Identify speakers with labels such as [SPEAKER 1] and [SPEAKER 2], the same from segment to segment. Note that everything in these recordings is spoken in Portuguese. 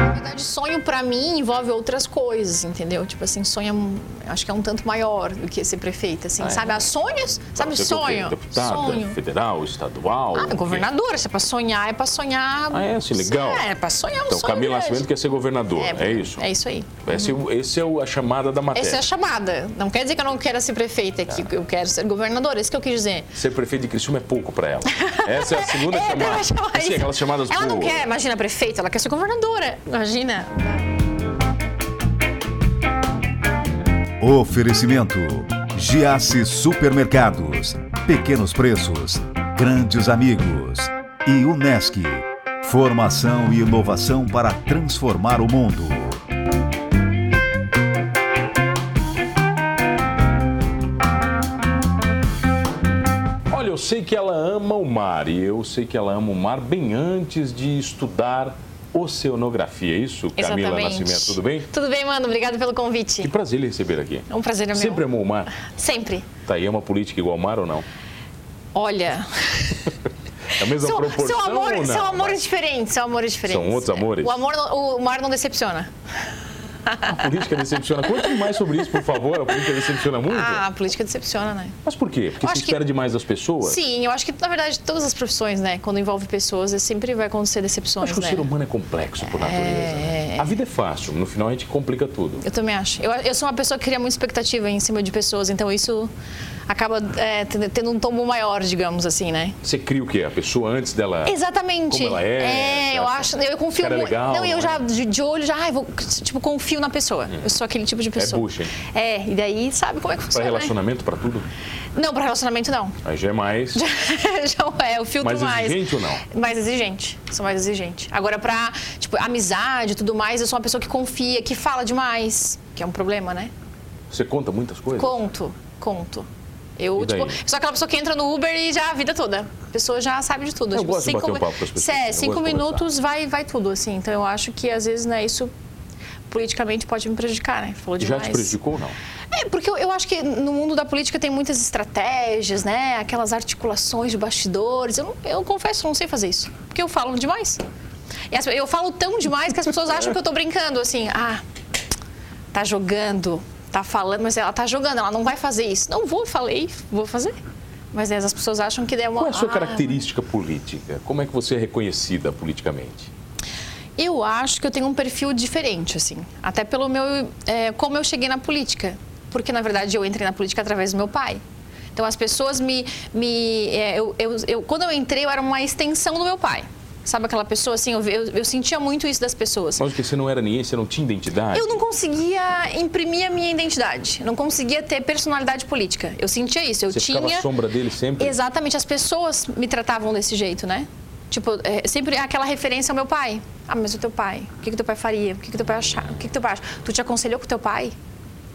[SPEAKER 1] verdade, sonho pra mim envolve outras coisas, entendeu? Tipo assim, sonho é um- acho que é um tanto maior do que ser prefeita, assim,
[SPEAKER 2] Ah, é.
[SPEAKER 1] sabe? Ah, sonhos, sabe?
[SPEAKER 2] Você é
[SPEAKER 1] Sonho.
[SPEAKER 2] Deputada,
[SPEAKER 1] sonho.
[SPEAKER 2] federal, estadual.
[SPEAKER 1] Ah, governadora, se é pra sonhar, é pra sonhar.
[SPEAKER 2] Ah, é? Assim, legal.
[SPEAKER 1] É, é pra sonhar um
[SPEAKER 2] Então,
[SPEAKER 1] sonho.
[SPEAKER 2] Camila
[SPEAKER 1] grande.
[SPEAKER 2] Nascimento quer ser governadora, é, isso?
[SPEAKER 1] É isso aí.
[SPEAKER 2] Esse, esse é É. o- a chamada da matéria.
[SPEAKER 1] Essa é a chamada. Não quer dizer que eu não quero ser prefeita, que eu quero ser governadora. Isso que eu quis dizer.
[SPEAKER 2] Ser prefeito de Criciúma é pouco pra ela. Essa é a segunda
[SPEAKER 1] é, tem
[SPEAKER 2] chamada.
[SPEAKER 1] uma chamada.
[SPEAKER 2] Assim, aquelas chamadas
[SPEAKER 1] Ela não
[SPEAKER 2] boas.
[SPEAKER 1] quer, imagina, prefeita, ela quer ser governadora. Imagina.
[SPEAKER 3] Oferecimento: Giasse Supermercados, Pequenos Preços, Grandes Amigos e Unesc. Formação e inovação para transformar o mundo.
[SPEAKER 2] Olha, eu sei que ela ama o mar e eu sei que ela ama o mar bem antes de estudar oceanografia. É isso, Camila
[SPEAKER 1] Exatamente.
[SPEAKER 2] Nascimento? Tudo bem?
[SPEAKER 1] Tudo bem, mano. Obrigada pelo
[SPEAKER 2] Que
[SPEAKER 1] convite.
[SPEAKER 2] prazer lhe receber aqui.
[SPEAKER 1] É um prazer é meu.
[SPEAKER 2] Sempre amou o mar?
[SPEAKER 1] Sempre.
[SPEAKER 2] Tá aí, é uma política igual ao mar ou não?
[SPEAKER 1] Olha,
[SPEAKER 2] É a mesma
[SPEAKER 1] seu,
[SPEAKER 2] proporção
[SPEAKER 1] seu amor,
[SPEAKER 2] ou não?
[SPEAKER 1] seu amor é diferente, seu amor é diferente.
[SPEAKER 2] São outros amores?
[SPEAKER 1] O amor, não- o mar não decepciona.
[SPEAKER 2] A política decepciona. Conte mais sobre isso, por favor. A política decepciona muito.
[SPEAKER 1] Ah, a política decepciona, né?
[SPEAKER 2] Mas por quê? Porque
[SPEAKER 1] eu
[SPEAKER 2] se
[SPEAKER 1] acho que-
[SPEAKER 2] espera demais das pessoas?
[SPEAKER 1] Sim, eu acho que na verdade todas as profissões, né, quando envolve pessoas, é- sempre vai acontecer decepções,
[SPEAKER 2] Acho que o
[SPEAKER 1] né?
[SPEAKER 2] ser humano é complexo por natureza. né? A vida é fácil, no final a gente complica tudo.
[SPEAKER 1] Eu também acho. Eu, eu sou uma pessoa que cria muita expectativa em cima de pessoas, então isso acaba é, tendo tendo um tombo maior, digamos assim, né?
[SPEAKER 2] Você cria o quê? A pessoa antes dela.
[SPEAKER 1] Exatamente.
[SPEAKER 2] Como ela é,
[SPEAKER 1] eu
[SPEAKER 2] essa-
[SPEAKER 1] acho. Eu confio
[SPEAKER 2] cara é
[SPEAKER 1] muito.
[SPEAKER 2] legal,
[SPEAKER 1] não, eu
[SPEAKER 2] não
[SPEAKER 1] já de, de olho já, ai, vou, tipo, confio na pessoa. Eu sou aquele tipo de pessoa.
[SPEAKER 2] Uhum. bucha, hein?
[SPEAKER 1] É, e daí sabe como é que
[SPEAKER 2] Pra
[SPEAKER 1] funciona. né?
[SPEAKER 2] relacionamento, pra tudo?
[SPEAKER 1] Não, pra relacionamento não.
[SPEAKER 2] Aí já é mais.
[SPEAKER 1] já é, eu filtro
[SPEAKER 2] Mais
[SPEAKER 1] mais.
[SPEAKER 2] exigente ou não?
[SPEAKER 1] Mais exigente. Sou mais exigente. Agora, pra, tipo, amizade e tudo mais, eu sou uma pessoa que confia, que fala demais, que é um problema, né?
[SPEAKER 2] Você conta muitas coisas?
[SPEAKER 1] Conto, conto. Eu,
[SPEAKER 2] E daí?
[SPEAKER 1] tipo, sou aquela pessoa que entra no Uber e já a vida toda. A pessoa já sabe de tudo.
[SPEAKER 2] Eu
[SPEAKER 1] tipo,
[SPEAKER 2] gosto de
[SPEAKER 1] cinco
[SPEAKER 2] bater um
[SPEAKER 1] mi-
[SPEAKER 2] papo com as pessoas,
[SPEAKER 1] Cé,
[SPEAKER 2] eu gosto de
[SPEAKER 1] cinco
[SPEAKER 2] conversar.
[SPEAKER 1] minutos vai, vai tudo, assim. Então eu acho que às vezes, né, isso politicamente pode me prejudicar, né? Falou
[SPEAKER 2] Já
[SPEAKER 1] demais.
[SPEAKER 2] te prejudicou ou não?
[SPEAKER 1] É, porque eu, eu acho que no mundo da política tem muitas estratégias, né? Aquelas articulações de bastidores. Eu, não- eu confesso, eu não sei fazer isso. Porque eu falo demais. E as- eu falo tão demais que as pessoas acham que eu tô brincando, assim. Ah, tá jogando, tá falando, mas ela tá jogando, ela não vai fazer isso. Não vou, falei, vou fazer. Mas né, as pessoas acham que daí é uma...
[SPEAKER 2] Qual é a sua
[SPEAKER 1] Ah,
[SPEAKER 2] característica política? Como é que você é reconhecida politicamente?
[SPEAKER 1] Eu acho que eu tenho um perfil diferente, assim. Até pelo meu. é, como eu cheguei na política. Porque, na verdade, eu entrei na política através do meu pai. Então, as pessoas me. me é, eu, eu- eu- quando eu entrei, eu era uma extensão do meu pai. Sabe aquela pessoa, assim? Eu, eu- eu sentia muito isso das pessoas.
[SPEAKER 2] Mas porque você não era ninguém, você não tinha identidade?
[SPEAKER 1] Eu não conseguia imprimir a minha identidade. Eu Não conseguia ter personalidade política. Eu sentia isso. Eu
[SPEAKER 2] Você
[SPEAKER 1] tinha.
[SPEAKER 2] ficava à sombra dele sempre?
[SPEAKER 1] Exatamente, as pessoas me tratavam desse jeito, né? Tipo, é, sempre aquela referência ao meu pai. Ah, mas o teu pai, o que, que teu pai faria? O que, que teu pai achar? O que, que teu pai acha? Tu te aconselhou com teu pai?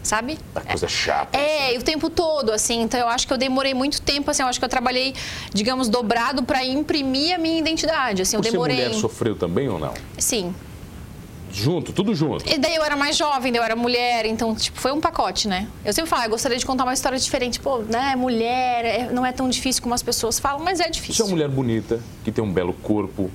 [SPEAKER 1] Sabe?
[SPEAKER 2] A coisa chata.
[SPEAKER 1] É, e o tempo todo, assim. Então eu acho que eu demorei muito tempo, assim. Eu acho que eu trabalhei, digamos, dobrado pra imprimir a minha identidade. Assim, eu
[SPEAKER 2] Por ser
[SPEAKER 1] demorei.
[SPEAKER 2] mulher, sofreu também ou não?
[SPEAKER 1] Sim.
[SPEAKER 2] Junto, tudo junto.
[SPEAKER 1] E daí eu era mais jovem, daí eu era mulher, então, tipo, foi um pacote, né? Eu sempre falo, ah, eu gostaria de contar uma história diferente. Pô, né, mulher, é- não é tão difícil como as pessoas falam, mas é
[SPEAKER 2] Você é
[SPEAKER 1] difícil.
[SPEAKER 2] uma mulher bonita, que tem um belo corpo,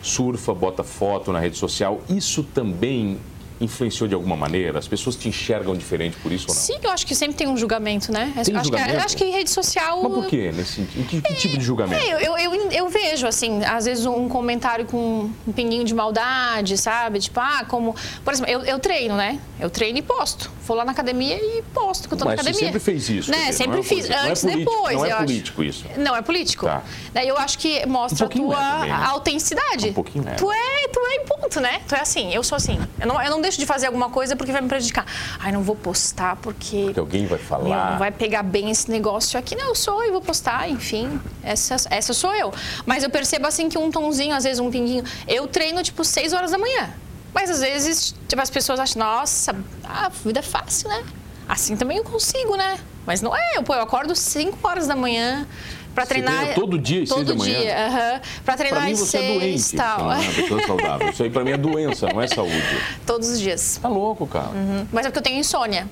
[SPEAKER 2] surfa, bota foto na rede social. Isso também influenciou de alguma maneira? As pessoas te enxergam diferente por isso ou não?
[SPEAKER 1] Sim, eu acho que sempre tem um julgamento, né?
[SPEAKER 2] Tem
[SPEAKER 1] acho, Que,
[SPEAKER 2] julgamento?
[SPEAKER 1] acho que em rede social.
[SPEAKER 2] Mas por quê? Nesse, em que, que tipo de julgamento?
[SPEAKER 1] É, eu, eu, eu, eu vejo, assim, às vezes um comentário com um pinguinho de maldade, sabe? Tipo, ah, como. Por exemplo, eu, eu treino, né? Eu treino e posto. Vou lá na academia e posto que eu tô
[SPEAKER 2] Mas
[SPEAKER 1] na
[SPEAKER 2] você
[SPEAKER 1] academia.
[SPEAKER 2] sempre fez isso. quer
[SPEAKER 1] Né?
[SPEAKER 2] dizer,
[SPEAKER 1] sempre
[SPEAKER 2] não é uma
[SPEAKER 1] fiz.
[SPEAKER 2] coisa- não é
[SPEAKER 1] Antes e
[SPEAKER 2] político-
[SPEAKER 1] depois,
[SPEAKER 2] Não é
[SPEAKER 1] eu
[SPEAKER 2] político
[SPEAKER 1] acho.
[SPEAKER 2] isso.
[SPEAKER 1] Não, é político.
[SPEAKER 2] Tá.
[SPEAKER 1] Né, Eu acho que mostra
[SPEAKER 2] Um
[SPEAKER 1] a tua
[SPEAKER 2] pouquinho é também, né?
[SPEAKER 1] autenticidade.
[SPEAKER 2] Um pouquinho é.
[SPEAKER 1] Tu é, tu é em ponto, né? Tu é assim, eu sou assim. Eu não, eu não deixo de fazer alguma coisa porque vai me prejudicar. Ai, não vou postar porque.
[SPEAKER 2] Porque alguém vai
[SPEAKER 1] Meu,
[SPEAKER 2] falar.
[SPEAKER 1] não vai pegar bem esse negócio aqui. Não, eu sou e vou postar, enfim. Essa, essa sou eu. Mas eu percebo assim que um tonzinho, às vezes um pinguinho. Eu treino tipo 6 horas da manhã. Mas às vezes, tipo, as pessoas acham, nossa, a vida é fácil, né? Assim também eu consigo, né? Mas não é, eu, pô, eu acordo 5 horas da manhã pra
[SPEAKER 2] Você
[SPEAKER 1] treinar.
[SPEAKER 2] treina todo dia às seis
[SPEAKER 1] Todo
[SPEAKER 2] da manhã?
[SPEAKER 1] dia, aham. Pra treinar
[SPEAKER 2] Pra mim
[SPEAKER 1] às
[SPEAKER 2] você é
[SPEAKER 1] seis
[SPEAKER 2] doente.
[SPEAKER 1] e tal.
[SPEAKER 2] Não, é uma pessoa saudável. Isso aí pra mim é doença, não é saúde.
[SPEAKER 1] Todos os dias. Uhum.
[SPEAKER 2] Tá louco, cara.
[SPEAKER 1] Mas é porque eu tenho insônia.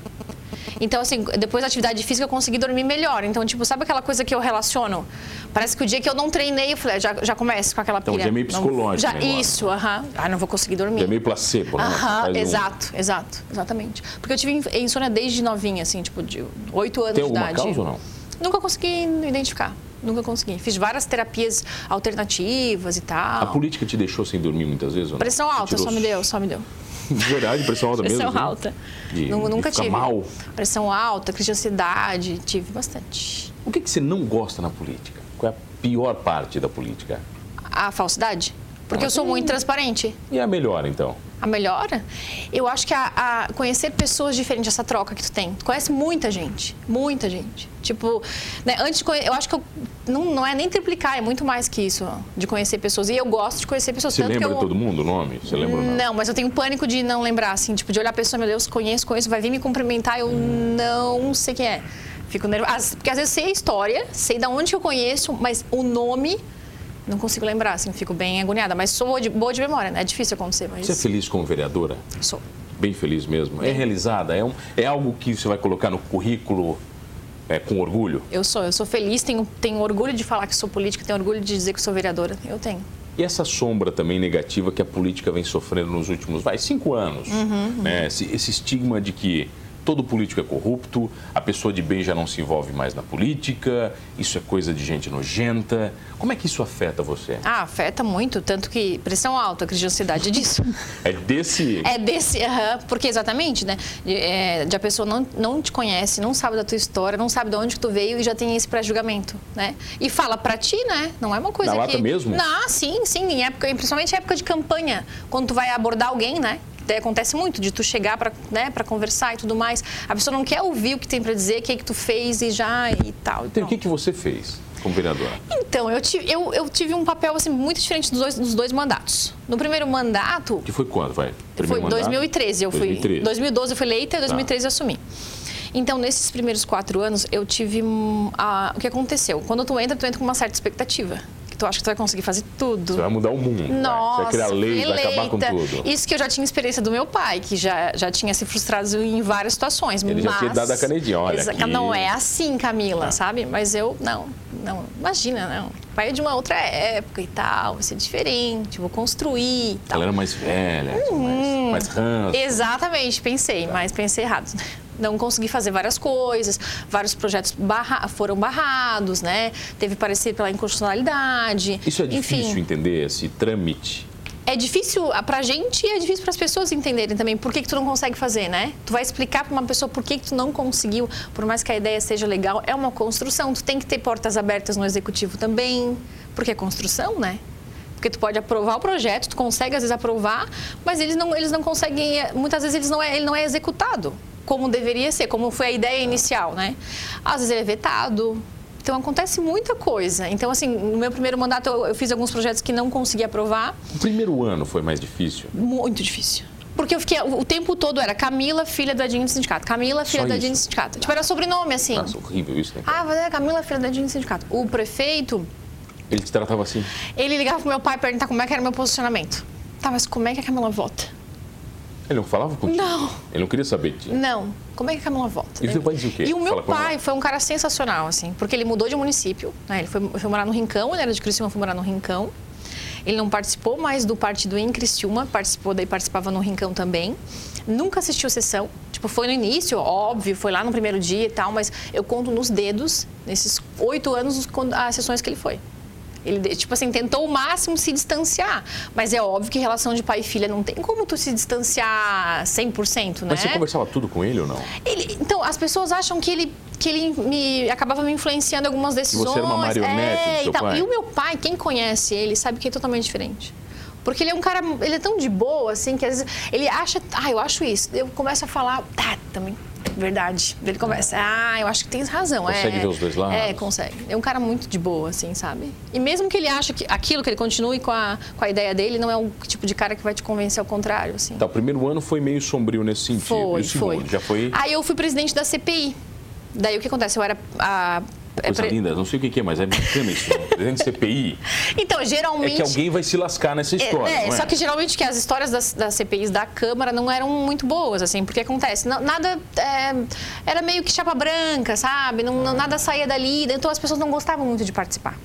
[SPEAKER 1] Então, assim, depois da atividade física eu consegui dormir melhor. Então, tipo, sabe aquela coisa que eu relaciono? Parece que o dia que eu não treinei, eu falei, "Ah, já, já começa com aquela
[SPEAKER 2] Então,
[SPEAKER 1] pilha.
[SPEAKER 2] já é meio
[SPEAKER 1] Não-
[SPEAKER 2] psicológico
[SPEAKER 1] já-
[SPEAKER 2] o negócio.
[SPEAKER 1] isso, aham. Ah, não vou conseguir dormir.
[SPEAKER 2] É meio placebo, né?
[SPEAKER 1] Aham,
[SPEAKER 2] Faz um-
[SPEAKER 1] exato, exato, exatamente. Porque eu tive in- insônia desde novinha, assim, tipo, de 8 anos
[SPEAKER 2] Tem
[SPEAKER 1] de
[SPEAKER 2] alguma
[SPEAKER 1] idade.
[SPEAKER 2] causa ou não?
[SPEAKER 1] Nunca consegui identificar. Nunca consegui. Fiz várias terapias alternativas e tal.
[SPEAKER 2] A política te deixou sem dormir muitas vezes ou não?
[SPEAKER 1] Pressão
[SPEAKER 2] Te
[SPEAKER 1] alta
[SPEAKER 2] tirou-
[SPEAKER 1] só me deu, só me deu.
[SPEAKER 2] De verdade, pressão alta mesmo?
[SPEAKER 1] Pressão
[SPEAKER 2] viu?
[SPEAKER 1] alta.
[SPEAKER 2] De-
[SPEAKER 1] Nu-
[SPEAKER 2] de
[SPEAKER 1] nunca
[SPEAKER 2] ficar
[SPEAKER 1] tive.
[SPEAKER 2] mal?
[SPEAKER 1] Pressão alta, crise de ansiedade, tive bastante.
[SPEAKER 2] O que, que você não gosta na política? Qual é a pior parte da política?
[SPEAKER 1] A falsidade? Porque eu sou muito transparente.
[SPEAKER 2] E a melhor, então?
[SPEAKER 1] A melhora? Eu acho que a, a conhecer pessoas diferentes, essa troca que tu tem. Tu conhece muita gente, muita gente. Tipo, né, antes de conhe- eu acho que eu, não, não é nem triplicar, é muito mais que isso, de conhecer pessoas. E eu gosto de conhecer pessoas.
[SPEAKER 2] Você
[SPEAKER 1] tanto
[SPEAKER 2] lembra
[SPEAKER 1] que eu,
[SPEAKER 2] de todo mundo o nome? Você lembra ou não?
[SPEAKER 1] Não, mas eu tenho pânico de não lembrar, assim, tipo, de olhar a pessoa, meu Deus, conheço, conheço, vai vir me cumprimentar, eu não sei quem é. Fico nervosa. Às- Porque às vezes sei a história, sei da onde que eu conheço, mas o nome não consigo lembrar, assim, fico bem agoniada. Mas sou boa de, boa de memória, né? É difícil acontecer, mas
[SPEAKER 2] Você é feliz como vereadora?
[SPEAKER 1] sou.
[SPEAKER 2] Bem feliz mesmo? É realizada? É, um- é algo que você vai colocar no currículo é, com orgulho?
[SPEAKER 1] Eu sou, eu sou feliz, tenho, tenho orgulho de falar que sou política, tenho orgulho de dizer que sou vereadora. Eu tenho.
[SPEAKER 2] E essa sombra também negativa que a política vem sofrendo nos últimos, vai, cinco anos.
[SPEAKER 1] Uhum,
[SPEAKER 2] né? Esse, esse estigma de que todo político é corrupto, a pessoa de bem já não se envolve mais na política, isso é coisa de gente nojenta. Como é que isso afeta você?
[SPEAKER 1] Ah, afeta muito, tanto que pressão alta, crise de ansiedade é disso.
[SPEAKER 2] É desse...
[SPEAKER 1] É desse, aham, porque exatamente, né? De, é, de a pessoa não, não te conhece, não sabe da tua história, não sabe de onde que tu veio e já tem esse pré-julgamento, né? E fala pra ti, né? Não é uma coisa
[SPEAKER 2] Na
[SPEAKER 1] que...
[SPEAKER 2] lata mesmo?
[SPEAKER 1] Não, sim, sim, em época, principalmente em época de campanha, quando tu vai abordar alguém, né? Daí Acontece muito de tu chegar pra né, pra conversar e tudo mais. A pessoa não quer ouvir o que tem pra dizer, o que, é que tu fez e já e tal.
[SPEAKER 2] Então, o
[SPEAKER 1] pronto.
[SPEAKER 2] que, que você fez como vereadora?
[SPEAKER 1] Então, eu tive, eu, eu tive um papel assim, muito diferente dos dois, dos dois mandatos. No primeiro mandato,
[SPEAKER 2] Que foi quando, vai?
[SPEAKER 1] foi
[SPEAKER 2] Primeiro mandato?
[SPEAKER 1] 2013 eu fui.
[SPEAKER 2] 2013.
[SPEAKER 1] 2012 eu fui eleita e
[SPEAKER 2] Tá.
[SPEAKER 1] 2013 eu assumi. Então, nesses primeiros quatro anos, eu tive. hum, a- o que aconteceu? Quando tu entra, tu entra com uma certa expectativa. Que tu acha que tu vai conseguir fazer tudo.
[SPEAKER 2] Você vai mudar o mundo. vai.
[SPEAKER 1] Nossa,
[SPEAKER 2] Você vai criar lei,
[SPEAKER 1] eleita.
[SPEAKER 2] vai acabar com tudo.
[SPEAKER 1] Isso que eu já tinha experiência do meu pai, que já, já tinha se frustrado em várias situações.
[SPEAKER 2] Ele já
[SPEAKER 1] mas-
[SPEAKER 2] tinha dado a canedinha, olha aqui. Tá.
[SPEAKER 1] Não é assim, Camila, sabe? Mas eu, não, não, imagina, não. Pai é de uma outra época e tal, vai ser diferente, vou construir e
[SPEAKER 2] Ela
[SPEAKER 1] tal.
[SPEAKER 2] era mais velha,
[SPEAKER 1] Uhum.
[SPEAKER 2] mais, mais ranço.
[SPEAKER 1] Exatamente, pensei, mas pensei errado. Não consegui fazer várias coisas, vários projetos barra- foram barrados, né? Teve parecer pela inconstitucionalidade.
[SPEAKER 2] Isso é difícil
[SPEAKER 1] Enfim,
[SPEAKER 2] entender, esse trâmite.
[SPEAKER 1] é difícil ah, pra gente e é difícil pras pessoas entenderem também por que, que tu não consegue fazer, né? Tu vai explicar pra uma pessoa por que, que tu não conseguiu, por mais que a ideia seja legal, é uma construção. Tu tem que ter portas abertas no executivo também, porque é construção, né? Porque tu pode aprovar o projeto, tu consegue às vezes aprovar, mas eles não, eles não conseguem, eh, muitas vezes eles não é, ele não é executado como deveria ser, como foi a ideia inicial, né? Às vezes ele é vetado, então acontece muita coisa. Então, assim, no meu primeiro mandato eu, eu fiz alguns projetos que não consegui aprovar.
[SPEAKER 2] O primeiro ano foi mais difícil.
[SPEAKER 1] Muito difícil. Porque eu fiquei. O, o tempo todo era Camila, filha da Dinho do Sindicato. Camila, filha
[SPEAKER 2] Só
[SPEAKER 1] da
[SPEAKER 2] isso?
[SPEAKER 1] Dinho do Sindicato. Tipo, era sobrenome, assim.
[SPEAKER 2] Nossa, horrível isso, né? cara?
[SPEAKER 1] Ah, mas é Camila, filha da Dinho do Sindicato. O prefeito,
[SPEAKER 2] Ele te tratava assim.
[SPEAKER 1] ele ligava pro meu pai perguntar como é que era o meu posicionamento. Tá, mas como é que a Camila vota?
[SPEAKER 2] Ele não falava contigo?
[SPEAKER 1] Não.
[SPEAKER 2] Ele não queria saber de ti.
[SPEAKER 1] Não. Como é que a Camila volta?
[SPEAKER 2] E o teu pai dizia o quê?
[SPEAKER 1] E o meu
[SPEAKER 2] Fala com
[SPEAKER 1] pai
[SPEAKER 2] ela.
[SPEAKER 1] foi um cara sensacional, assim, porque ele mudou de município, né? Ele foi, foi morar no Rincão, ele era de Criciúma, foi morar no Rincão. Ele não participou mais do partido em Criciúma, participou, daí participava no Rincão também. Nunca assistiu sessão. Tipo, foi no início, óbvio, foi lá no primeiro dia e tal, mas eu conto nos dedos, nesses oito anos, os- quando- as sessões que ele foi. Ele, de- tipo assim, tentou o máximo se distanciar. Mas é óbvio que relação de pai e filha não tem como tu se distanciar 100%, né?
[SPEAKER 2] Mas você conversava tudo com ele ou não?
[SPEAKER 1] Ele- então, as pessoas acham que ele, que ele me, acabava me influenciando em algumas decisões.
[SPEAKER 2] você era uma marionete do
[SPEAKER 1] é,
[SPEAKER 2] seu
[SPEAKER 1] e, tal.
[SPEAKER 2] pai?
[SPEAKER 1] e o meu pai, quem conhece ele, sabe que é totalmente diferente. Porque ele é um cara, ele é tão de boa, assim, que às vezes ele acha, ah, eu acho isso. Eu começo a falar, tá, também, verdade. Daí Ele começa, ah, eu acho que tem razão.
[SPEAKER 2] Consegue
[SPEAKER 1] é,
[SPEAKER 2] ver os dois lados?
[SPEAKER 1] É, consegue. É um cara muito de boa, assim, sabe? E mesmo que ele ache que aquilo, que ele continue com a, com a ideia dele, não é um tipo de cara que vai te convencer ao contrário, assim.
[SPEAKER 2] Tá, o primeiro ano foi meio sombrio nesse sentido. e
[SPEAKER 1] Foi, Ah,
[SPEAKER 2] o segundo
[SPEAKER 1] foi.
[SPEAKER 2] já foi.
[SPEAKER 1] Aí eu fui presidente da CPI. Daí o que acontece? Eu era a É
[SPEAKER 2] Coisa
[SPEAKER 1] pre-
[SPEAKER 2] linda, não sei o que que é, mas é bacana isso. né? Presente de CPI
[SPEAKER 1] Então,
[SPEAKER 2] é
[SPEAKER 1] geralmente.
[SPEAKER 2] que alguém vai se lascar nessa
[SPEAKER 1] É,
[SPEAKER 2] história.
[SPEAKER 1] né,
[SPEAKER 2] não é?
[SPEAKER 1] Só que geralmente que as histórias das, das CPIs da Câmara não eram muito boas, assim, porque acontece, não- nada é, era meio que chapa branca, sabe? Não- não- nada saía dali, então as pessoas não gostavam muito de participar.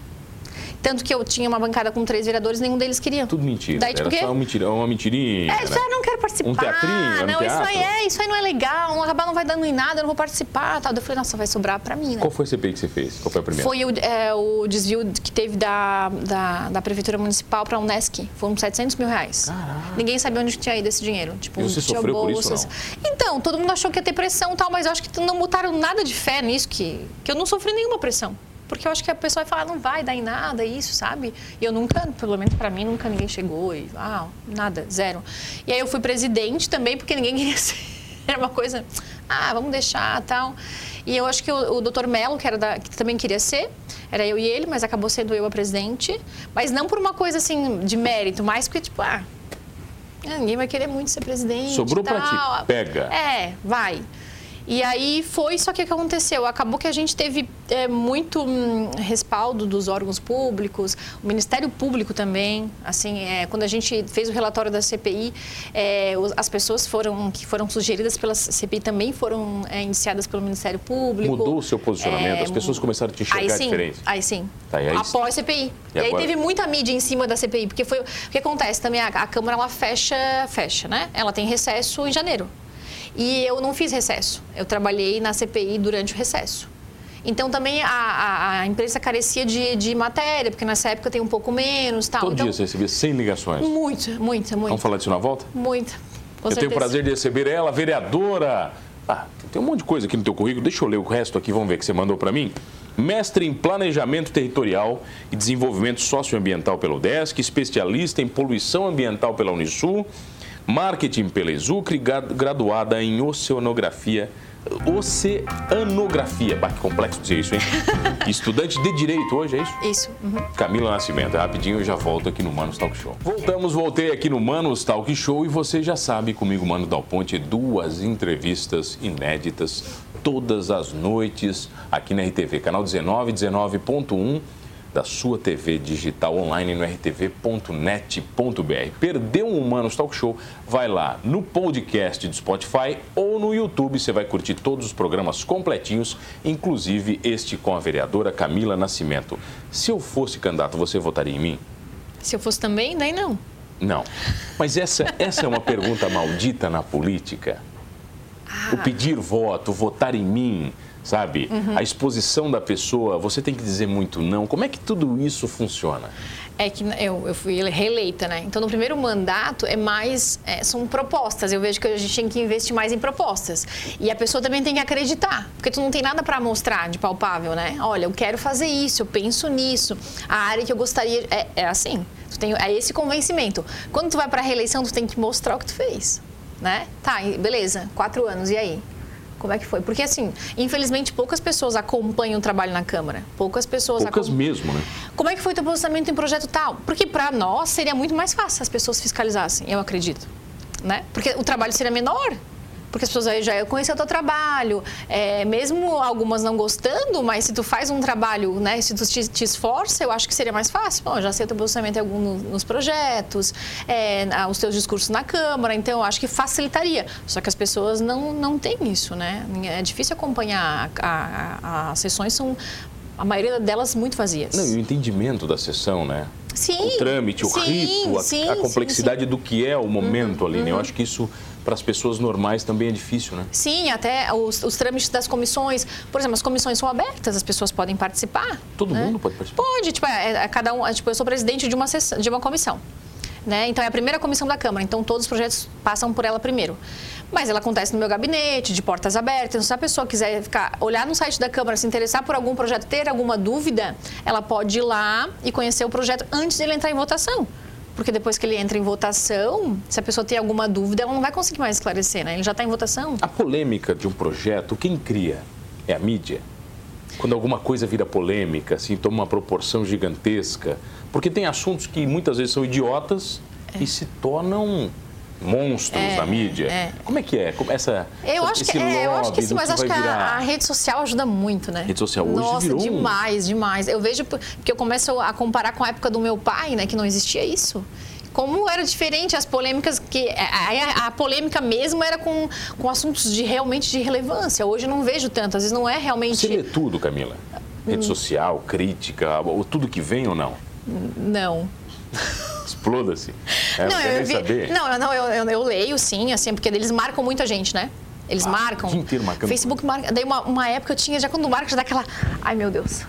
[SPEAKER 1] Tanto que eu tinha uma bancada com três vereadores, nenhum deles queria.
[SPEAKER 2] Tudo mentira.
[SPEAKER 1] Daí, tipo,
[SPEAKER 2] Era
[SPEAKER 1] o quê?
[SPEAKER 2] só um mentira, uma mentirinha.
[SPEAKER 1] É, isso
[SPEAKER 2] né?
[SPEAKER 1] aí eu não quero participar.
[SPEAKER 2] Um teatrinho, era um
[SPEAKER 1] não, isso aí
[SPEAKER 2] teatro?
[SPEAKER 1] é, isso aí não é legal, não- acabar não vai dando em nada, eu não vou participar, tal. Daí Eu falei, nossa, vai sobrar pra mim, né?
[SPEAKER 2] Qual foi a CPI que você fez? Qual foi a primeira?
[SPEAKER 1] Foi o, é, o desvio que teve da, da, da Prefeitura Municipal para a Unesc. Foram 700 mil reais. Ninguém sabia onde tinha ido esse dinheiro. Tipo,
[SPEAKER 2] E você
[SPEAKER 1] tinha
[SPEAKER 2] sofreu por isso,
[SPEAKER 1] bolsas. Então, todo mundo achou que ia ter pressão e tal, mas eu acho que não botaram nada de fé nisso, que, que eu não sofri nenhuma pressão. Porque eu acho que a pessoa vai falar, não vai dar em nada, isso, sabe? E eu nunca, pelo menos para mim, nunca ninguém chegou e, ah, nada, zero. E aí eu fui presidente também, porque ninguém queria ser. Era uma coisa, ah, vamos deixar, tal. E eu acho que o, o doutor Melo, que, era da, que também queria ser, era eu e ele, mas acabou sendo eu a presidente. Mas não por uma coisa, assim, de mérito, mais porque, tipo, ah, é, ninguém vai querer muito ser presidente.
[SPEAKER 2] Sobrou
[SPEAKER 1] tal.
[SPEAKER 2] pra ti, pega.
[SPEAKER 1] É, vai. E aí foi só que o que aconteceu. Acabou que a gente teve é, muito hum, respaldo dos órgãos públicos, o Ministério Público também. Assim, é, quando a gente fez o relatório da CPI, é, os- as pessoas foram que foram sugeridas pela CPI também foram é, iniciadas pelo Ministério Público.
[SPEAKER 2] Mudou o seu posicionamento?
[SPEAKER 1] É,
[SPEAKER 2] As pessoas começaram a te enxergar
[SPEAKER 1] Aí sim,
[SPEAKER 2] diferente?
[SPEAKER 1] aí sim.
[SPEAKER 2] Tá, e aí-
[SPEAKER 1] Após CPI.
[SPEAKER 2] E
[SPEAKER 1] E, aí
[SPEAKER 2] agora?
[SPEAKER 1] teve muita mídia em cima da CPI, porque foi o que acontece também, a, a Câmara ela fecha, fecha, né? Ela tem recesso em janeiro. E eu não fiz recesso. Eu trabalhei na CPI durante o recesso. Então também a, a- a imprensa carecia de, de matéria, porque nessa época tem um pouco menos tal.
[SPEAKER 2] Todo
[SPEAKER 1] então, Hum.
[SPEAKER 2] dia você recebia 100 ligações.
[SPEAKER 1] Muita, muita,
[SPEAKER 2] Vamos
[SPEAKER 1] muita.
[SPEAKER 2] falar disso na volta?
[SPEAKER 1] Muita. Com
[SPEAKER 2] eu tenho o
[SPEAKER 1] certeza.
[SPEAKER 2] prazer de receber ela, vereadora. Ah, tem um monte de coisa aqui no teu currículo. Deixa eu ler o resto aqui, vamos ver que você mandou para mim. Mestre em Planejamento Territorial e Desenvolvimento Socioambiental pela UDESC, especialista em Poluição Ambiental pela Unisul, Marketing pela Exucre, gra- graduada em Oceanografia. Oceanografia. Bah, que complexo dizer isso, hein? Estudante de Direito hoje, é isso?
[SPEAKER 1] Isso. uhum.
[SPEAKER 2] Camila Nascimento. é Rapidinho eu já volto aqui no Manos Talk Show. Voltamos, voltei aqui no Manos Talk Show e você já sabe, comigo, Mano Dal Ponte, duas entrevistas inéditas todas as noites aqui na RTV, canal 19, 19.1 da sua TV digital tá online no rtv.net.br. Perdeu um Humanos Talk Show? Vai lá no podcast do Spotify ou no YouTube. Você vai curtir todos os programas completinhos, inclusive este com a vereadora Camila Nascimento. Se eu fosse candidato, você votaria em mim?
[SPEAKER 1] Se eu fosse também, daí não.
[SPEAKER 2] Não. Mas essa, essa é uma pergunta maldita na política. O pedir voto, votar em mim, sabe? A exposição da pessoa, você tem que dizer muito não. Como é que tudo isso funciona?
[SPEAKER 1] É que eu, eu fui reeleita, né? Então, no primeiro mandato, é mais. é, são propostas. Eu vejo que a gente tem que investir mais em propostas. E a pessoa também tem que acreditar, porque tu não tem nada para mostrar de palpável, né? Olha, eu quero fazer isso, eu penso nisso. A área que eu gostaria. É, é assim. Tu tem, é esse convencimento. Quando tu vai para reeleição, tu tem que mostrar o que tu fez, né? Tá, e beleza, quatro anos, e aí? Como é que foi? Porque, assim, infelizmente, poucas pessoas acompanham o trabalho na Câmara. Poucas pessoas
[SPEAKER 2] Poucas
[SPEAKER 1] acom-
[SPEAKER 2] mesmo, né?
[SPEAKER 1] como é que foi teu posicionamento em projeto tal? Porque para nós seria muito mais fácil se as pessoas fiscalizassem, eu acredito, né? Porque o trabalho seria menor. Porque as pessoas aí já conhecem o teu trabalho, é, mesmo algumas não gostando, mas se tu faz um trabalho, né, se tu te, te esforça, eu acho que seria mais fácil. Bom, eu já sei o teu posicionamento em algum, nos projetos, é, na- os teus discursos na Câmara, então eu acho que facilitaria. Só que as pessoas não, não têm isso, né? É difícil acompanhar, a- a- a- as sessões são, a maioria delas, muito vazias.
[SPEAKER 2] Não, e o entendimento da sessão, né?
[SPEAKER 1] Sim.
[SPEAKER 2] O trâmite, o
[SPEAKER 1] sim,
[SPEAKER 2] rito, a,
[SPEAKER 1] sim,
[SPEAKER 2] a
[SPEAKER 1] sim, Uhum,
[SPEAKER 2] complexidade do que é o momento ali, né? Eu acho que isso, para as pessoas normais, também é difícil, né?
[SPEAKER 1] Sim, sim, até os, os trâmites das comissões. Por exemplo, as comissões são abertas, as pessoas podem participar.
[SPEAKER 2] Todo
[SPEAKER 1] né?
[SPEAKER 2] mundo pode participar.
[SPEAKER 1] Pode, tipo, é, é, cada um, é, tipo, eu sou presidente de uma sessão, de uma comissão. Né? Então é a primeira comissão da Câmara, então todos os projetos passam por ela primeiro. Mas ela acontece no meu gabinete, de portas abertas. então Se a pessoa quiser ficar, olhar no site da Câmara, se interessar por algum projeto, ter alguma dúvida, ela pode ir lá e conhecer o projeto antes dele entrar em votação. Porque depois que ele entra em votação, se a pessoa tem alguma dúvida, ela não vai conseguir mais esclarecer, né? Ele já está em votação.
[SPEAKER 2] A polêmica de um projeto, quem cria? É a mídia. Quando alguma coisa vira polêmica, assim, toma uma proporção
[SPEAKER 1] É.
[SPEAKER 2] gigantesca. Porque tem assuntos que muitas vezes são idiotas e se tornam monstros da mídia. Como é que é? Como essa,
[SPEAKER 1] Eu
[SPEAKER 2] essa-
[SPEAKER 1] acho
[SPEAKER 2] esse
[SPEAKER 1] que, é, eu acho que
[SPEAKER 2] lobby
[SPEAKER 1] sim,
[SPEAKER 2] do
[SPEAKER 1] mas acho
[SPEAKER 2] vai
[SPEAKER 1] que a,
[SPEAKER 2] virar?
[SPEAKER 1] a rede social ajuda muito, né?
[SPEAKER 2] Rede social hoje
[SPEAKER 1] Nossa,
[SPEAKER 2] virou um-
[SPEAKER 1] demais, demais. Eu vejo p- porque eu começo a comparar com a época do meu pai, né, que não existia isso. Como era diferente as polêmicas que é, aí a, a polêmica mesmo era com, com assuntos de realmente de relevância. Hoje eu não vejo tanto, às vezes não é realmente
[SPEAKER 2] Você lê tudo, Camila?
[SPEAKER 1] Hum.
[SPEAKER 2] Rede social, crítica, ou tudo que vem ou não?
[SPEAKER 1] não.
[SPEAKER 2] Exploda-se. É,
[SPEAKER 1] não,
[SPEAKER 2] não, quer
[SPEAKER 1] eu
[SPEAKER 2] nem
[SPEAKER 1] vi-
[SPEAKER 2] saber.
[SPEAKER 1] não, eu- não, eu, eu- eu leio sim, assim, porque eles marcam muita gente, né? Eles
[SPEAKER 2] Ah,
[SPEAKER 1] marcam.
[SPEAKER 2] o dia inteiro marcando.
[SPEAKER 1] Facebook marca. Daí uma, uma época eu tinha, já quando marca, já dá aquela. Ai meu Deus.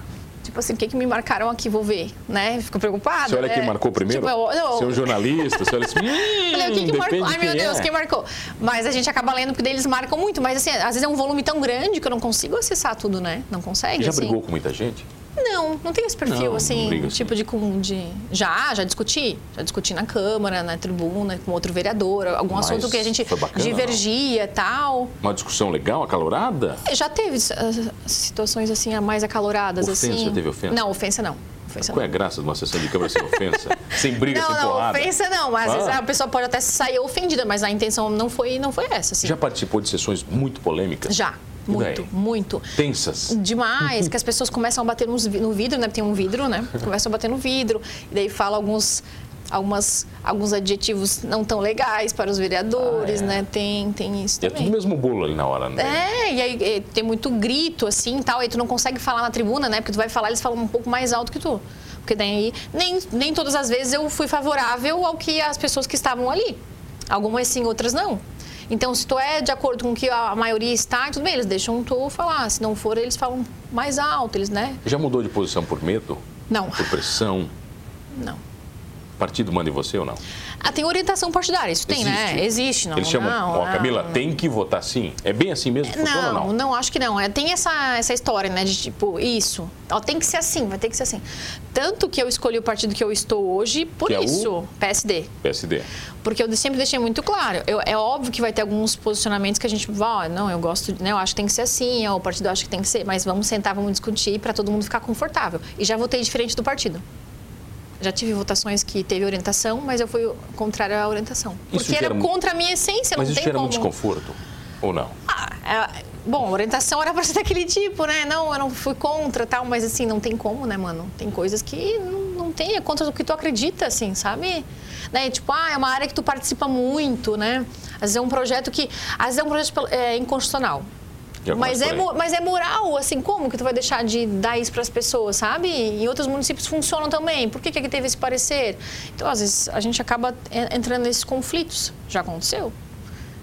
[SPEAKER 1] Tipo assim, o que, que me marcaram aqui? Vou ver, né? Fico preocupada.
[SPEAKER 2] A senhora é
[SPEAKER 1] né?
[SPEAKER 2] quem marcou primeiro?
[SPEAKER 1] Tipo, eu- não,
[SPEAKER 2] Você é um jornalista, você olha assim.
[SPEAKER 1] eu falei, o que,
[SPEAKER 2] Hum,
[SPEAKER 1] que marcou?
[SPEAKER 2] depende de
[SPEAKER 1] Ai, meu
[SPEAKER 2] quem
[SPEAKER 1] Deus,
[SPEAKER 2] é.
[SPEAKER 1] quem marcou? Mas a gente acaba lendo porque daí eles marcam muito. Mas assim, às vezes é um volume tão grande que eu não consigo acessar tudo, né? Não consegue?
[SPEAKER 2] Já
[SPEAKER 1] assim.
[SPEAKER 2] brigou com muita gente?
[SPEAKER 1] Não, não tem esse perfil,
[SPEAKER 2] Não, não
[SPEAKER 1] assim,
[SPEAKER 2] briga assim.
[SPEAKER 1] tipo de, com- de. Já, já discuti. Já discuti na Câmara, na tribuna, com outro vereador, algum
[SPEAKER 2] Mas
[SPEAKER 1] assunto que a gente
[SPEAKER 2] foi bacana,
[SPEAKER 1] divergia e tal.
[SPEAKER 2] Uma discussão legal, acalorada?
[SPEAKER 1] É, Já teve ah, situações assim, ah, mais acaloradas,
[SPEAKER 2] Ofensa,
[SPEAKER 1] assim.
[SPEAKER 2] teve ofensa?
[SPEAKER 1] Não, ofensa não. Ofensa
[SPEAKER 2] Qual é
[SPEAKER 1] não.
[SPEAKER 2] a graça de uma sessão de câmara sem ofensa? sem briga,
[SPEAKER 1] Não,
[SPEAKER 2] sem
[SPEAKER 1] não,
[SPEAKER 2] porrada?
[SPEAKER 1] ofensa não. Mas às vezes
[SPEAKER 2] Ah.
[SPEAKER 1] a pessoa pode até sair ofendida, mas a intenção não foi, não foi essa, assim.
[SPEAKER 2] Já participou de sessões muito polêmicas?
[SPEAKER 1] Já,
[SPEAKER 2] E daí?
[SPEAKER 1] muito, muito.
[SPEAKER 2] Tensas?
[SPEAKER 1] Demais, que as pessoas começam a bater nos vi- no vidro, né? Tem um vidro, né? Começam a bater no vidro. E daí fala alguns, algumas, alguns adjetivos não tão legais para os vereadores,
[SPEAKER 2] Ah, é.
[SPEAKER 1] né? Tem, tem isso
[SPEAKER 2] E é tudo
[SPEAKER 1] também.
[SPEAKER 2] o mesmo bolo ali na hora, né?
[SPEAKER 1] É, e aí eh, tem muito grito, assim, e tal, e tu não consegue falar na tribuna, né? Porque tu vai falar, eles falam um pouco mais alto que tu. Porque daí, nem, nem todas as vezes eu fui favorável ao que as pessoas que estavam ali. Algumas sim, outras não. Então, se tu é de acordo com o que a maioria está, tudo bem, eles deixam tu falar. Se não for, eles falam mais alto, eles, né?
[SPEAKER 2] Já mudou de posição por medo?
[SPEAKER 1] Não,
[SPEAKER 2] Por pressão?
[SPEAKER 1] não.
[SPEAKER 2] Partido manda em você ou não?
[SPEAKER 1] Ah, tem orientação partidária, isso tem, né? Existe, não.
[SPEAKER 2] Eles chamam,
[SPEAKER 1] não,
[SPEAKER 2] ó,
[SPEAKER 1] não,
[SPEAKER 2] Camila,
[SPEAKER 1] não.
[SPEAKER 2] tem que votar sim. É bem assim mesmo que funciona
[SPEAKER 1] Não,
[SPEAKER 2] ou
[SPEAKER 1] não,
[SPEAKER 2] não?
[SPEAKER 1] acho que não. É, tem essa, essa história, né? De tipo, isso. Ó, tem que ser assim, vai ter que ser assim. Tanto que eu escolhi o partido que eu estou hoje por
[SPEAKER 2] Que é o?
[SPEAKER 1] isso, PSD.
[SPEAKER 2] PSD.
[SPEAKER 1] Porque eu sempre deixei muito claro. Eu- é óbvio que vai ter alguns posicionamentos que a gente vai, ó, não, eu gosto, né? Eu acho que tem que ser assim, ó, o partido acha que tem que ser, mas vamos sentar, vamos discutir para todo mundo ficar confortável. E já votei diferente do partido. Já tive votações que teve orientação, mas eu fui contrária à orientação.
[SPEAKER 2] Isso
[SPEAKER 1] Porque era
[SPEAKER 2] gera mu-
[SPEAKER 1] contra a minha essência,
[SPEAKER 2] Mas
[SPEAKER 1] não
[SPEAKER 2] isso
[SPEAKER 1] tem
[SPEAKER 2] gera um
[SPEAKER 1] como.
[SPEAKER 2] muito desconforto? Ou não?
[SPEAKER 1] Ah, é, bom, a orientação era pra ser daquele tipo, né? Não, eu não fui contra tal, mas assim, não tem como, né, mano? Tem coisas que não, não tem, é contra o que tu acredita, assim, sabe? Né? Tipo, ah, é uma área que tu participa muito, né? Às vezes é um projeto que. Às vezes é um projeto é, inconstitucional.
[SPEAKER 2] Já
[SPEAKER 1] Mas
[SPEAKER 2] começa
[SPEAKER 1] é,
[SPEAKER 2] por aí.
[SPEAKER 1] mo- mas é moral, assim, como que tu vai deixar de dar isso para as pessoas, sabe? Em outros municípios funcionam também. Por que, que aqui teve esse parecer? Então, às vezes, a gente acaba en- entrando nesses conflitos. Já aconteceu.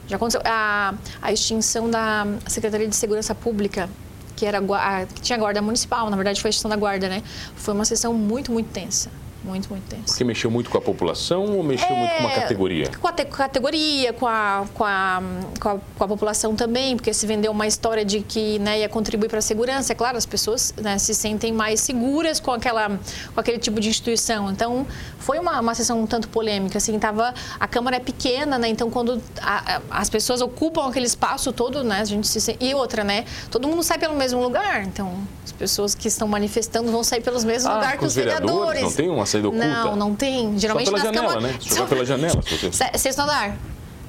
[SPEAKER 1] Já aconteceu. A, a extinção da Secretaria de Segurança Pública, que, era, gua- a- que tinha guarda municipal, na verdade foi a extinção da guarda, né? Foi uma sessão muito, muito tensa. Muito, muito tensa.
[SPEAKER 2] Porque mexeu muito com a população ou mexeu muito com uma
[SPEAKER 1] É,
[SPEAKER 2] categoria?
[SPEAKER 1] Com a te- com a categoria, com a, com, a, com, a, com a população também, porque se vendeu uma história de que né, ia contribuir para a segurança. É claro, as pessoas né, se sentem mais seguras com, aquela, com aquele tipo de instituição. Então, foi uma, uma sessão um tanto polêmica. Assim, tava, a Câmara é pequena, né, então quando a- a- as pessoas ocupam aquele espaço todo, né, a gente se sen- e outra, né, todo mundo sai pelo mesmo lugar. Então, as pessoas que estão manifestando vão sair pelos mesmos
[SPEAKER 2] Ah,
[SPEAKER 1] lugares
[SPEAKER 2] com
[SPEAKER 1] que os
[SPEAKER 2] os vereadores, não
[SPEAKER 1] vereadores.
[SPEAKER 2] tem uma saída oculta?
[SPEAKER 1] Não, não tem. Geralmente
[SPEAKER 2] pela
[SPEAKER 1] nas
[SPEAKER 2] janela,
[SPEAKER 1] câmaras-
[SPEAKER 2] né? Se jogar pela janela, se você-
[SPEAKER 1] Se- Sexto andar.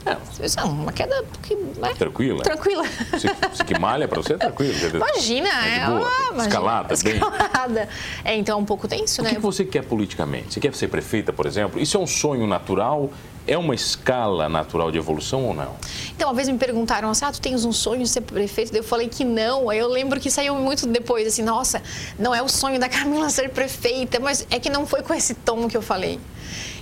[SPEAKER 2] É,
[SPEAKER 1] Isso é uma queda que, né?
[SPEAKER 2] Tranquila?
[SPEAKER 1] Tranquila.
[SPEAKER 2] se, se que malha pra você é tranquilo. entendeu?
[SPEAKER 1] Imagina,
[SPEAKER 2] É
[SPEAKER 1] é.
[SPEAKER 2] de boa,
[SPEAKER 1] ah, imagina.
[SPEAKER 2] escalada, bem.
[SPEAKER 1] Escalada. É, então é um pouco tenso,
[SPEAKER 2] O
[SPEAKER 1] né?
[SPEAKER 2] que que você quer politicamente? Você quer ser prefeita, por exemplo? Isso é um sonho natural? É uma escala natural de evolução ou não?
[SPEAKER 1] Então, uma vez me perguntaram assim, ah, tu tens um sonho de ser prefeito? Daí Eu falei que não. Aí eu lembro que saiu muito depois, assim, nossa, não é o sonho da Camila ser prefeita, mas é que não foi com esse tom que eu falei.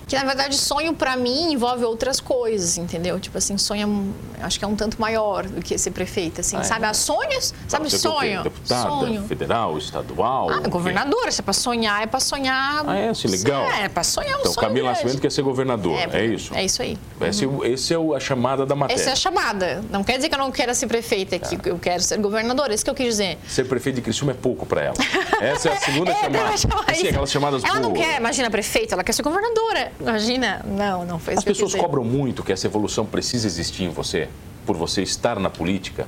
[SPEAKER 1] Que, na verdade, sonho pra mim envolve outras coisas, entendeu? Tipo assim, sonho, é um- acho que é um tanto maior do que ser prefeita, assim,
[SPEAKER 2] Ah, é?
[SPEAKER 1] sabe? Ah, sonhos, sabe?
[SPEAKER 2] Você quer o quê?
[SPEAKER 1] Sonho.
[SPEAKER 2] Deputada,
[SPEAKER 1] sonho.
[SPEAKER 2] federal, estadual? o
[SPEAKER 1] Ah,
[SPEAKER 2] quê?
[SPEAKER 1] governadora, se é pra sonhar, é pra sonhar.
[SPEAKER 2] Ah, é? Assim, legal.
[SPEAKER 1] É, é pra sonhar um
[SPEAKER 2] Então,
[SPEAKER 1] sonho.
[SPEAKER 2] Camila
[SPEAKER 1] grande.
[SPEAKER 2] Nascimento quer ser governador, é, isso?
[SPEAKER 1] É isso aí.
[SPEAKER 2] Esse, é o- esse é Tá. o- a chamada da matéria.
[SPEAKER 1] Essa é a chamada. Não quer dizer que eu não quero ser prefeita, é que eu quero ser governadora, isso que eu quis dizer.
[SPEAKER 2] Ser prefeito de Criciúma é pouco pra ela. Essa é a segunda
[SPEAKER 1] É, tem
[SPEAKER 2] chamada.
[SPEAKER 1] uma chamada.
[SPEAKER 2] Assim, aquelas chamadas
[SPEAKER 1] Ela não
[SPEAKER 2] boas.
[SPEAKER 1] quer, imagina, prefeita, ela quer ser governadora. Imagina. Não, não foi isso
[SPEAKER 2] As
[SPEAKER 1] que eu
[SPEAKER 2] pessoas
[SPEAKER 1] quis dizer.
[SPEAKER 2] cobram muito que essa evolução precisa existir em você, por você estar na política.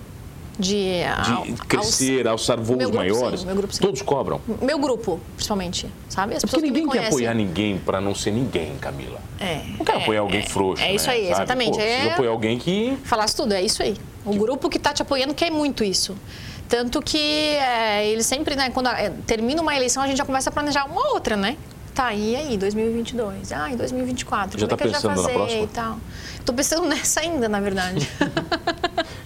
[SPEAKER 1] de, al-
[SPEAKER 2] de crescer, alçar voos
[SPEAKER 1] meu grupo,
[SPEAKER 2] maiores.
[SPEAKER 1] sim, meu grupo, sim.
[SPEAKER 2] Todos cobram.
[SPEAKER 1] Meu grupo, principalmente, sabe? As pessoas
[SPEAKER 2] Porque
[SPEAKER 1] que me
[SPEAKER 2] ninguém quer
[SPEAKER 1] conhecem.
[SPEAKER 2] apoiar ninguém para não ser ninguém, Camila.
[SPEAKER 1] É,
[SPEAKER 2] Não quero
[SPEAKER 1] é,
[SPEAKER 2] apoiar alguém
[SPEAKER 1] é.
[SPEAKER 2] frouxo.
[SPEAKER 1] É isso
[SPEAKER 2] né,
[SPEAKER 1] aí,
[SPEAKER 2] sabe?
[SPEAKER 1] exatamente.
[SPEAKER 2] Pô,
[SPEAKER 1] É-
[SPEAKER 2] preciso apoiar alguém que.
[SPEAKER 1] Falasse tudo, é isso aí. O grupo que tá te apoiando quer muito isso. Tanto que é, eles sempre, né, quando é, termina uma eleição, a gente já começa a planejar uma outra, né? Tá, e aí, 2022? Ah, e 2024?
[SPEAKER 2] Já
[SPEAKER 1] como é
[SPEAKER 2] tá
[SPEAKER 1] que eu já
[SPEAKER 2] pensando na
[SPEAKER 1] fazer
[SPEAKER 2] próxima?
[SPEAKER 1] e tal? Tô pensando nessa ainda, na verdade.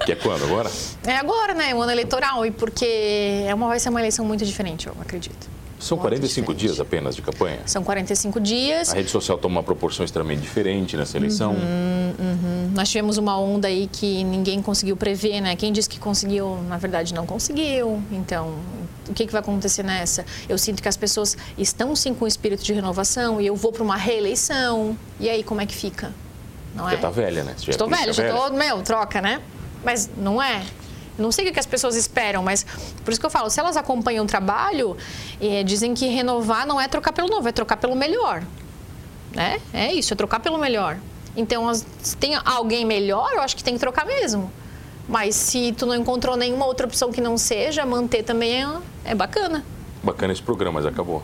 [SPEAKER 2] Que é quando agora?
[SPEAKER 1] é agora, né? O ano eleitoral, e porque é uma, vai ser uma eleição muito diferente, eu acredito.
[SPEAKER 2] São
[SPEAKER 1] Muito
[SPEAKER 2] 45
[SPEAKER 1] diferente.
[SPEAKER 2] dias apenas de campanha.
[SPEAKER 1] São 45 dias.
[SPEAKER 2] A rede social toma uma proporção extremamente diferente nessa eleição.
[SPEAKER 1] Uhum. Nós tivemos uma onda aí que ninguém conseguiu prever, né? Quem disse que conseguiu, na verdade, não conseguiu. Então, o que, que vai acontecer nessa? Eu sinto que as pessoas estão sim com o espírito de renovação e eu vou para uma reeleição. E aí, como é que fica? Não
[SPEAKER 2] Já
[SPEAKER 1] é?
[SPEAKER 2] tá velha, né? Você já é
[SPEAKER 1] Estou
[SPEAKER 2] política
[SPEAKER 1] velha, já estou, meu, troca, né? Mas não é. Eu Não sei o que que as pessoas esperam, mas por isso que eu falo, se elas acompanham o trabalho, eh, dizem que renovar não é trocar pelo novo, é trocar pelo melhor. Né? É isso, é trocar pelo melhor. Então, as- se tem alguém melhor, eu acho que tem que trocar mesmo. Mas se tu não encontrou nenhuma outra opção que não seja, manter também é, é bacana.
[SPEAKER 2] Bacana esse programa, mas acabou.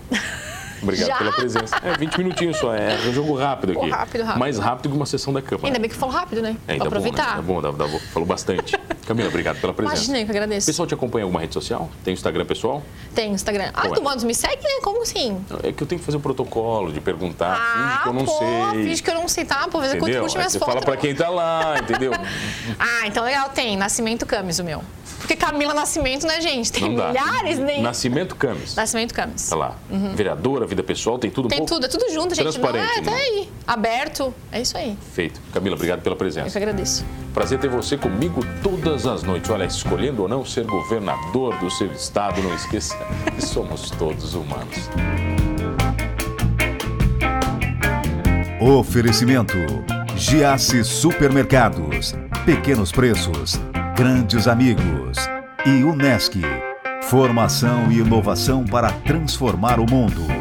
[SPEAKER 2] Obrigado
[SPEAKER 1] Já?
[SPEAKER 2] pela presença. É 20 minutinhos só, é um jogo rápido
[SPEAKER 1] Pô,
[SPEAKER 2] aqui.
[SPEAKER 1] rápido, rápido.
[SPEAKER 2] Mais rápido que uma sessão da Câmara.
[SPEAKER 1] Ainda bem que eu falo rápido, né?
[SPEAKER 2] É,
[SPEAKER 1] pra
[SPEAKER 2] ainda bom, né?
[SPEAKER 1] aproveitar.
[SPEAKER 2] Tá bom, dá, dá, bom. falou bastante. Camila, obrigado pela presença.
[SPEAKER 1] Imaginei que eu
[SPEAKER 2] O
[SPEAKER 1] agradeço.
[SPEAKER 2] pessoal te acompanha em alguma rede social? Tem Instagram pessoal?
[SPEAKER 1] Tem Instagram. Ah,
[SPEAKER 2] Ué.
[SPEAKER 1] tu mano, me segue, né? Como assim?
[SPEAKER 2] É que eu tenho que fazer o protocolo de perguntar, finge
[SPEAKER 1] Ah,
[SPEAKER 2] que eu não
[SPEAKER 1] pô,
[SPEAKER 2] sei.
[SPEAKER 1] finge que eu não sei, tá? Pô, fazer quanto
[SPEAKER 2] Entendeu?
[SPEAKER 1] curte
[SPEAKER 2] Aí
[SPEAKER 1] minhas
[SPEAKER 2] você
[SPEAKER 1] fotos.
[SPEAKER 2] fala pra quem tá lá, entendeu?
[SPEAKER 1] Ah, então legal, tem. Nascimento Camis, o meu. Porque Camila Nascimento, né, gente? Tem
[SPEAKER 2] Não dá.
[SPEAKER 1] milhares, nem.
[SPEAKER 2] Nascimento Camis.
[SPEAKER 1] Nascimento Camis.
[SPEAKER 2] Tá lá. Vereadora, vida pessoal, tem tudo um
[SPEAKER 1] Tem
[SPEAKER 2] pouco?
[SPEAKER 1] tudo, é tudo junto, gente. não é,
[SPEAKER 2] Transparente, né?
[SPEAKER 1] tá aí. Aberto. É isso aí.
[SPEAKER 2] Feito. Camila, obrigado pela
[SPEAKER 1] Eu que
[SPEAKER 2] presença.
[SPEAKER 1] agradeço.
[SPEAKER 2] Prazer ter você comigo todas as noites. Olha, escolhendo ou não ser governador do seu estado, não esqueça que somos todos humanos.
[SPEAKER 3] Oferecimento: Giasse Supermercados, Pequenos Preços, Grandes Amigos e Unesc. Formação e inovação para transformar o mundo.